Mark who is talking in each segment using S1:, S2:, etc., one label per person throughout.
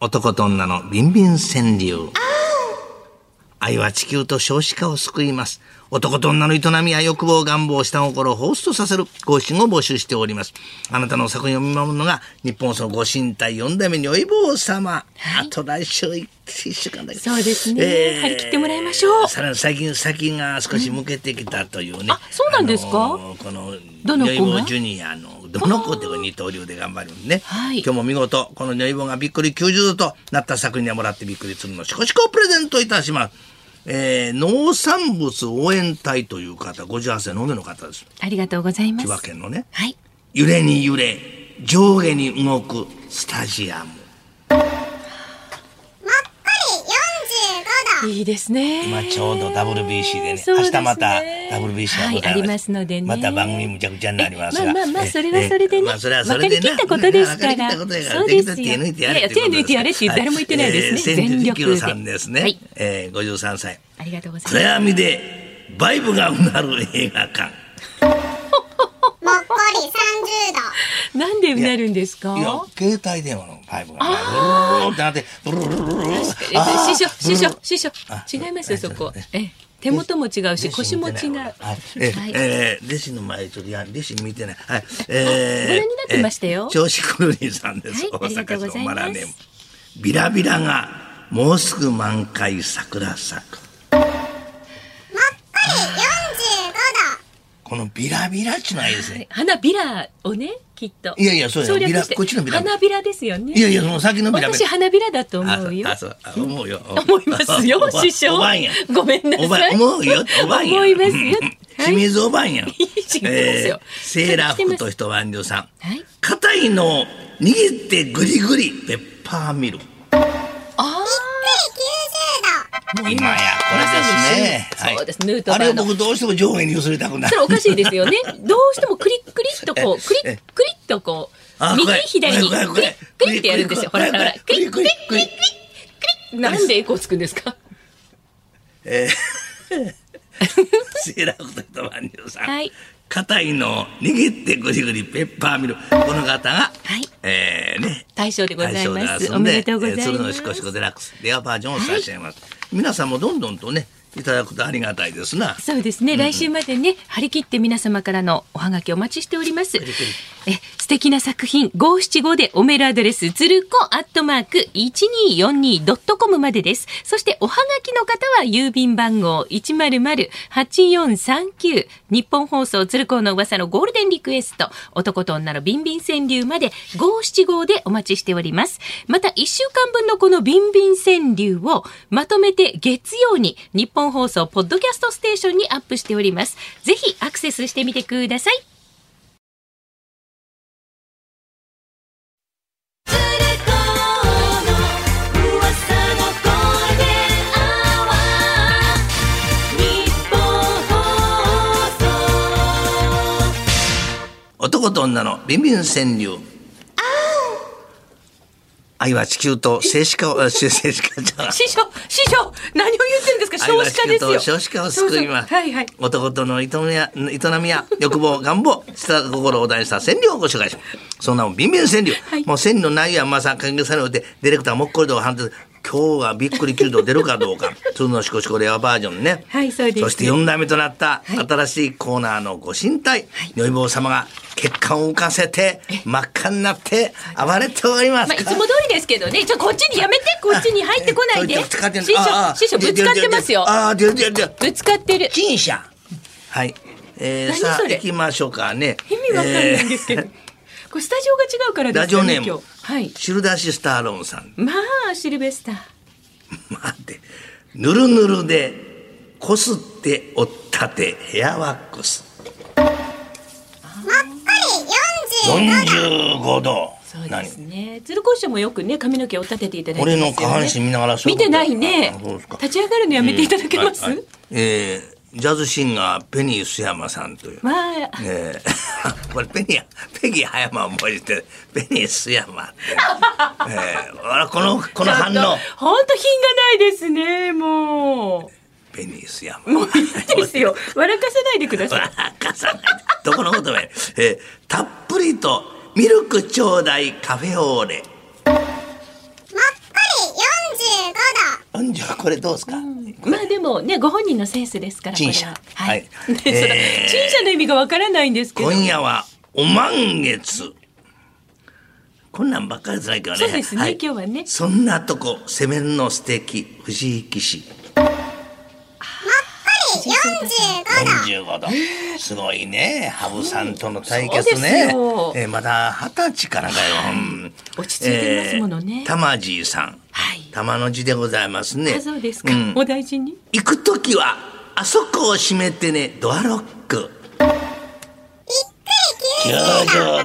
S1: 男と女のビンビン川柳。愛は地球と少子化を救います。男と女の営みや欲望、願望、下心をホーストさせるご神を募集しております。あなたの作品を見守るのが、日本そのご神体4代目においぼう様。あと来週 1, 週間だけ
S2: そうですね張り切ってもらいましょう
S1: さらに最近先が少し向けてきたというね。
S2: あそうなんですか
S1: あのーこの、
S2: どの子が
S1: 如意棒ジュニアの、どの子ってこれ二刀流で頑張るんでね。
S2: はい
S1: 今日も見事、この如意棒がびっくり90度となった作品にはもらってびっくりするのしこしこをプレゼントいたします。えー、農産物応援隊という方、58歳の女の方です。
S2: ありがとうございま
S1: 千葉
S2: す
S1: 県のね。
S2: はい
S1: 揺れに揺れ、上下に動くスタジアム。
S2: いいですね
S1: 今ちょうど WBC でね、
S2: そう
S1: 明
S2: ですね
S1: 日また WBC がございます,、
S2: はいありますのでね
S1: また番組むちゃくちゃになりますが。
S2: えまあまあまあ
S1: え
S2: それはそれでね
S1: えまあそれはそれで
S2: 分かりきったことですから
S1: 分かりきったことやから
S2: そうですよ
S1: できたら手抜いてやれ
S2: いやいや手抜いてやれって誰も言ってないですね
S1: 全
S2: 全
S1: 力
S2: 力で
S1: さんですね。
S2: はい
S1: えー、53歳。
S2: ありがとうござい
S1: 暗
S2: ます
S1: 闇でバイブがうなる映画館。
S3: もっこり30度。
S2: なんでうなるんですか
S1: いや、携帯電話のバイブが。ブルルルルルってなって、ブルルルルルル
S2: え師匠師匠師匠
S1: あ
S2: 違います
S1: あ
S2: よそこ
S1: そうです
S2: ええ手元も違うし
S1: 弟子
S2: 腰も
S1: 見て
S2: 違う
S1: ない
S2: は
S1: はいい、えーえー、弟子の前ちょっとや弟子見てない。は
S2: あ
S1: い。
S2: ご覧になってましたよ
S1: えー調子くるりさんです。
S2: はいありがとうございます
S1: 大阪市のマラネームビラビラがもうすぐ満開桜咲く。
S3: もっこり
S1: このビラビラっちゅうのはいいですね。
S2: 花びらをねきっと
S1: いやいやそうだよ
S2: 省略
S1: ビラ
S2: して
S1: こっちのビラ
S2: 花びらですよね
S1: いやいやその先のビラビ
S2: 私
S1: ラ。
S2: 花びらだと思うよ
S1: あそうあそうあ思うよ。
S2: 思います
S1: おば
S2: よ師匠
S1: おばんや。
S2: ごめんな
S1: おば
S2: さい
S1: 思うよ。おばんや。
S2: 思いますよ
S1: う
S2: は
S1: ん
S2: い
S1: 清水おばん
S2: い
S1: や。
S2: 違いますよ
S1: セーラー服と人万両さん。
S2: はい
S1: 硬いのを握ってグリグリペッパーミル。
S2: あ
S1: 今やこれですね。
S2: まさにそうです
S1: はい
S2: ヌートバーの
S1: あれを僕どうしても上下に揺すりたくな
S2: あ
S1: る
S2: それ。おかしいですよねどうしてもクリックリッとこうクリックリッとこ
S1: あ
S2: う右
S1: 怖い
S2: 左にク
S1: 怖
S2: リ
S1: い
S2: ッ
S1: 怖
S2: ク
S1: い
S2: リックリッってやるんですよほ
S1: 怖
S2: ら
S1: い
S2: ほ
S1: 怖い
S2: らクリックリッ
S1: 怖い怖い
S2: なんでエコーつくんですか
S1: セーラー服と人万両さん。
S2: はい
S1: 硬いのを握ってグリグリペッパーミル。この方が、
S2: はい
S1: えーね。
S2: 大賞でござい
S1: 大賞
S2: ます
S1: で遊
S2: お
S1: んで
S2: めでとうございます
S1: えー鶴のしこしこデラックスレアバージョンを差し上げます、皆さんもどんどんとねいただくとありがたいですな
S2: そうですね、来週までね張り切って皆様からのおはがきお待ちしておりますえ素敵な作品575でおメールアドレスつるこアットマーク 1242.com までですそしておはがきの方は郵便番号100-8439日本放送つるこの噂のゴールデンリクエスト男と女のビンビン川柳まで575でお待ちしておりますまた1週間分のこのビンビン川柳をまとめて月曜に日本放送ポッドキャストステーションにアップしております。ぜひアクセスしてみてください。
S1: 男と女のビンビン川柳愛は地球と静止化を静止化じゃない
S2: 師匠、師匠、何を言ってんですか少子化です
S1: 愛は地球と
S2: よ。
S1: 少子化を救います
S2: そうそうはいはい。
S1: 男との営みや営みや欲望願望した心を題した川柳をご紹介しますそんなもんビンビン川柳、
S2: い
S1: もう川柳の内容はまさ関係されるのでディレクターもっこりと判定今日はびっくり9度出るかどうか鶴のしこしこレアバージョンね
S2: はいそうです
S1: そして4代目となった新しいコーナーのご神体、如意棒様が血管を浮かせて真っ赤になって暴れております
S2: まあ、いつも通りですけどね。ちょ、こっちにやめて、こっちに入ってこないで。
S1: ちょ
S2: 師
S1: っと使ってん
S2: 匠、師匠、ぶつかってますよ。
S1: ああ出る出る出る
S2: ぶつかってる。
S1: 陳謝はい、えー、
S2: 何
S1: さあ
S2: それ
S1: 行きましょうかね
S2: 意味わかんないんですけど。
S1: えー
S2: これスタジオが違うからです
S1: ラジオネー
S2: 今
S1: ム
S2: 日はい。
S1: シルダーシスターロンさん
S2: まあ、シルベスター。
S1: 待ってぬるぬるでこすっておったてヘアワックス45度
S2: そうですね。鶴光師匠もよくね、髪の毛を立てていただいてます
S1: 俺
S2: よね。
S1: の下半身見ながらそ
S2: 見
S1: ういうこと
S2: てないね
S1: あそうですか。
S2: 立ち上がるのやめていただけます。
S1: はいはいえージャズシンガーペニー須山さんという、
S2: まあ、
S1: えー これペニーやペギー葉山を思い出してペニー須山って、えー、ほらこのこの反
S2: ちょっ
S1: 応
S2: と本当品がないですね。も
S1: ペニー須山
S2: う。もういいです よ。笑かさないでください。
S1: かさないどこのことや、えーたっぷりとミルクちょうだいカフェオーレ
S3: もっこ
S1: これどうですか、
S2: まあでもねご本人のセンスですから
S1: 陳謝
S2: これははい、
S1: はい
S2: でその
S1: えー
S2: 陳謝の意味がわからないんですけど
S1: 今夜はお満月こんなんばっかりじゃないからね
S2: そうですね今日はね
S1: そんなとこ攻めるの素敵藤井騎士
S3: 45度
S1: 45度すごいね羽生さんとの対
S2: そう
S1: 決
S2: で
S1: ね
S2: すよ、
S1: えーまだ二十歳からだよ、うん
S2: 落ち着いてますものね
S1: えー玉爺、さん
S2: はい
S1: 玉の字でございますね
S2: あそうですか、
S1: うん
S2: お大事に
S1: 行く時はあそこを閉めてねドアロック90度おっちゃい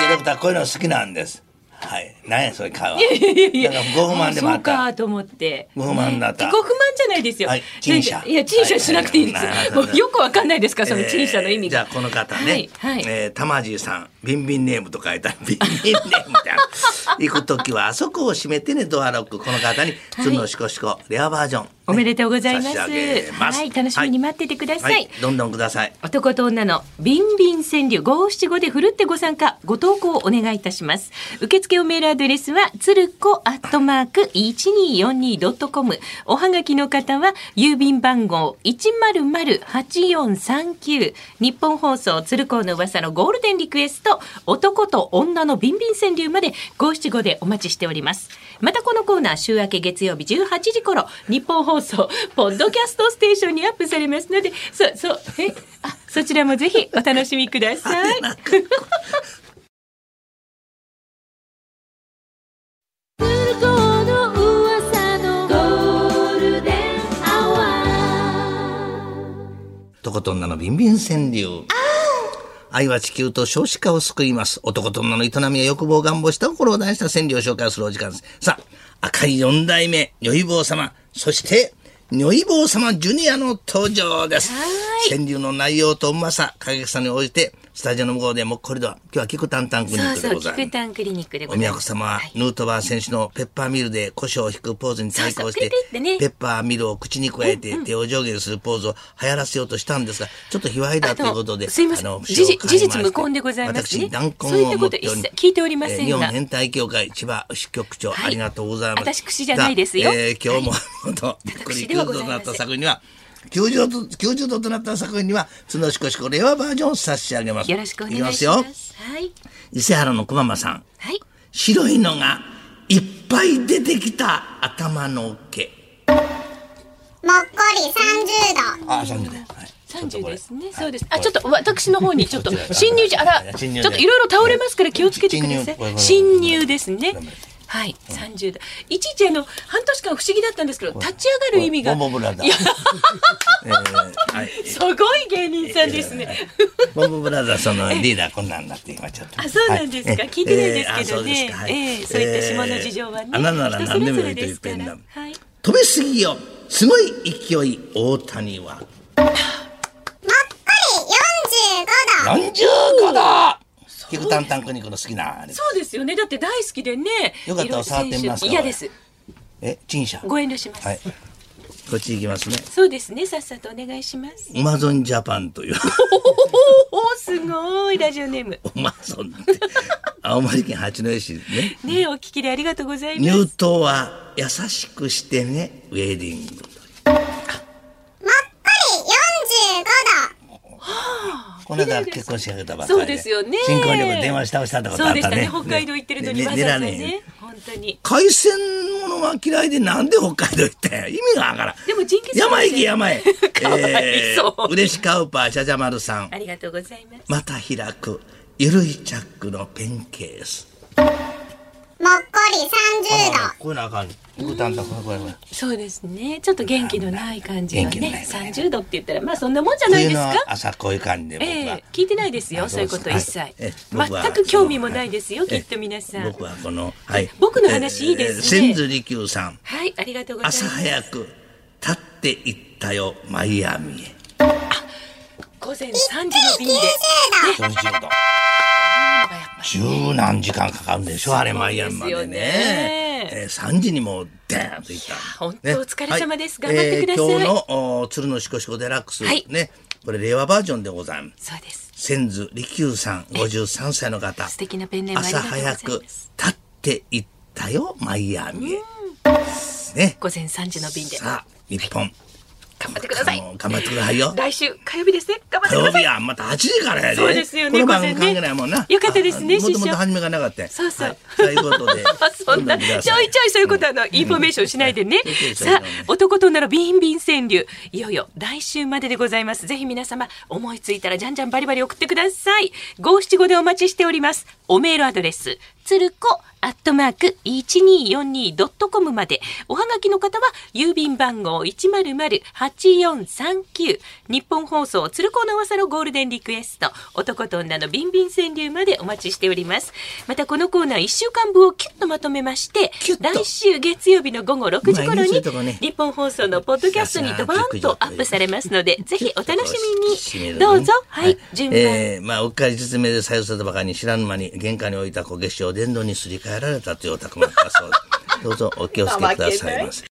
S1: ディレクターこういうの好きなんですはい何やそれ会話なんかご不満でもあっ
S2: あ
S1: た
S2: そうかと思って
S1: ご不満だった
S2: ねご不満じゃないですよ、
S1: はい陳謝
S2: なんでいや陳謝しなくていいです、
S1: はいはい
S2: もうよくわかんないですからその陳謝の意味が、
S1: えーじゃあこの方ね、
S2: はいはい
S1: えー、玉爺さんビンビンネームと書いたビンビンネームみたい な行く時はあそこを閉めてねドアロックこの方に「つのしこしこ」レアバージョン、ね
S2: おめでとうございます
S1: 差し上げます
S2: はい楽しみに待っててください
S1: はい、どんどんください
S2: 男と女のビンビン川柳五七五でふるってご参加ご投稿をお願いいたします受付おメールアドレスはつるこアットマーク一二四二ドットコムおはがきの方は郵便番号一0 0八四三九日本放送鶴光の噂のゴールデンリクエスト男と女のビンビン川柳まで五七五でお待ちしておりますまたこのコーナー週明け月曜日十八時頃日本放送ポッドキャストステーションにアップされますのでそそうえあそちらもぜひお楽しみください
S1: 男と女のビンビン川柳。愛は地球と少子化を救います。男と女の営みや欲望、願望、した心を大した川柳を紹介するお時間です。さあ、赤い四代目、如意坊様、そして、如意坊様ジュニアの登場です。川柳の内容とうまさ、過激さに応じて、スタジオの向こうでもっこりと、今日は菊タンタンクニ
S2: そ
S1: ッ
S2: う
S1: クで
S2: そう
S1: ございます。
S2: 菊ンクリニックでご
S1: お
S2: ざい
S1: 宮
S2: ま
S1: 子
S2: す
S1: 様は
S2: はい
S1: ヌートバー選手のペッパーミルで胡椒を引くポーズに対抗して
S2: そうそうピピってね
S1: ペッパーミルを口に加えて手を上下にするポーズを流行らせようとしたんですがちょっと卑猥だということで
S2: いませ
S1: あ
S2: ん
S1: の
S2: 事実
S1: 不
S2: 事
S1: 詳を
S2: 実
S1: 変えまして
S2: 無根でございますね
S1: 私断
S2: そうい
S1: 根
S2: っ
S1: を
S2: た
S1: 持
S2: こ
S1: っ
S2: と
S1: ており
S2: 一切聞いておりませんが
S1: えー日本変態協会千葉支局長、
S2: はい
S1: ありがとうございます
S2: 私口じゃないですよ
S1: さあえー今日も、本当びっくり
S2: 私では
S1: 90
S2: ござ
S1: 度
S2: い
S1: と
S2: ません
S1: なった作品には90度90度となった作品には角しこしこレアバージョンを差し上げます
S2: よろしくお願い
S1: き
S2: しま
S1: ま
S2: すは
S1: すよ
S2: い
S1: 伊勢原のくままさん
S2: はい
S1: 白いのがいっぱい出てきた頭の毛。
S3: もっこり30度
S1: あ、三十で。
S2: 三十ですね。そうです。
S1: は
S2: あ、
S1: い
S2: ちょっと私の方にちょっと
S1: こちら
S2: 侵入時あら、
S1: いや
S2: ち
S1: 侵
S2: ょっ
S1: 入じゃ
S2: といろいろ倒れますから気をつけてくださ
S1: 侵入
S2: い。侵入ですね。はい、三十代。いちいちあの半年間不思議だったんですけど、立ち上がる意味が。
S1: ボンボンブラザー
S2: いや、
S1: えーはい。
S2: すごい芸人さんですね。
S1: ボンボンブラザーそのリーダーこんなんなって今ちょっと。
S2: あ、そうなんですか。聞いてないですけどね。
S1: はい
S2: ええ、そういった下の事情はね。
S1: あななら
S2: 人
S1: 何でもいいと
S2: それ
S1: いう
S2: ぞれ
S1: ペン
S2: です
S1: ダ
S2: からはい。
S1: 飛びすぎよ。すごい勢い大谷は。
S3: もっこり45度
S1: 四十五だ。キクタンタンクニクの好きなあれ。
S2: そうですよね。だって大好きでね。
S1: よかったら触ってみますか
S2: いろいろ選手嫌です。
S1: え、陳謝。
S2: ご遠慮します。
S1: はい。こっち行きますね。
S2: そうですね。さっさとお願いします。
S1: ウマゾンジャパンという。
S2: おおすごいラジオネー ム。
S1: ウマゾンって。青森県八戸市ね。
S2: ねえお聞きでありがとうございます。
S1: 入党は優しくしてね、ウェディング。
S3: もっこり45度
S1: この間結婚し上げたばっかり
S2: そうですよね。
S1: 新婚旅行で電話して倒したってこと
S2: そ
S1: あ
S2: う
S1: っ
S2: で
S1: た
S2: した
S1: ね。
S2: ね。北海道行ってるのにわざ
S1: ね
S2: わざ
S1: 寝られへん
S2: ね。本当に。
S1: 海鮮ものが嫌いでなんで北海道行ったんや意味がわからん。
S2: でもジンギスカン
S1: 山行き山 へ。
S2: かわいそう
S1: えー嬉しカウパー、じゃじゃ丸さん
S2: あ。りがとうございます。
S1: また開く、ゆるいチャックのペンケース。
S3: もっこり30度
S1: こういうのあかん。いくたんとこれこれこれ。
S2: そうですね。ちょっと元気のない感じが
S1: 元気のない
S2: ね。三十度って言ったらまあそんなもんじゃないです
S1: 冬の
S2: か。
S1: 朝こういう感じで僕
S2: え
S1: は
S2: え。聞いてないですよ。
S1: あ
S2: そういうこと一切
S1: はいええ。僕は
S2: 全く興味もないですよ。
S1: え
S2: き
S1: え
S2: っと皆さん。
S1: 僕はこの、はい。
S2: 僕の話いいですね
S1: 千鶴久さん。
S2: はいありがとうございま
S1: 朝
S2: す。
S1: 早く立って行ったよ、マイアミへ。
S2: 午前三時の便で。ね
S1: 40度。
S2: こういうのがやっぱ
S1: 十何時間かかるんでしょ、あれ、マイアミまで
S2: そう
S1: ね。
S2: ですよね
S1: えー、3時にもう、でーンと行った。
S2: 本当
S1: ね
S2: お疲れ様です
S1: はい
S2: 頑張ってください
S1: えー今日の、お鶴のしこしこデラックス、
S2: はい
S1: ね、これ、令和バージョンでございます。
S2: そうです。
S1: 千鶴利休さん、53歳の方。
S2: 素敵なペンネームありが
S1: 朝
S2: とうござい
S1: 早
S2: ます
S1: く、立って行ったよ、マイアミへ。ですね。
S2: 午前3時の便で。
S1: さあ、日本。
S2: 頑張ってください
S1: あ。の頑張ってくださいよ。
S2: 来週火曜日ですね。頑張って
S1: 火
S2: くだ
S1: 曜
S2: さい
S1: 日。はまた8時からやで。
S2: そうですよね
S1: この番組
S2: 午
S1: 関
S2: 前ね
S1: 係ないもんな。
S2: よかったですね
S1: あもとも
S2: 師匠
S1: と初めがなかった。
S2: そうそう。
S1: はいということで
S2: そんな、ち
S1: 読でくだ
S2: ょ
S1: さ
S2: いちょいそういうこと、あの、インフォメーションしないでね
S1: うんちょい。ちょい
S2: さあ、男と女のビンビン川柳、いよいよ来週まででございます。ぜひ皆様、思いついたらじゃんじゃんバリバリ送ってください。五七五でお待ちしております。おメールアドレス、つるこ、アットマーク、1242.com まで。おはがきの方は、郵便番号100-8439。日本放送、鶴子の噂のゴールデンリクエスト。男と女のビンビン川柳までお待ちしております。また、このコーナー1週間分をキュッとまとめまして
S1: キュ、ッと
S2: 来週月曜日の午後6時頃
S1: まあいいねそうい
S2: に
S1: うとこね、
S2: 日本放送のポッドキャストにドバーンとアップされますので、ぜひお楽しみに。どうぞ、はい、順番。
S1: えーまあ、うっかり実名で採用されたばかりに知らぬ間に玄 関に置いたこけしを電動にすり替えられたというお宅もあったそうです。どうぞお気をつけくださいませ。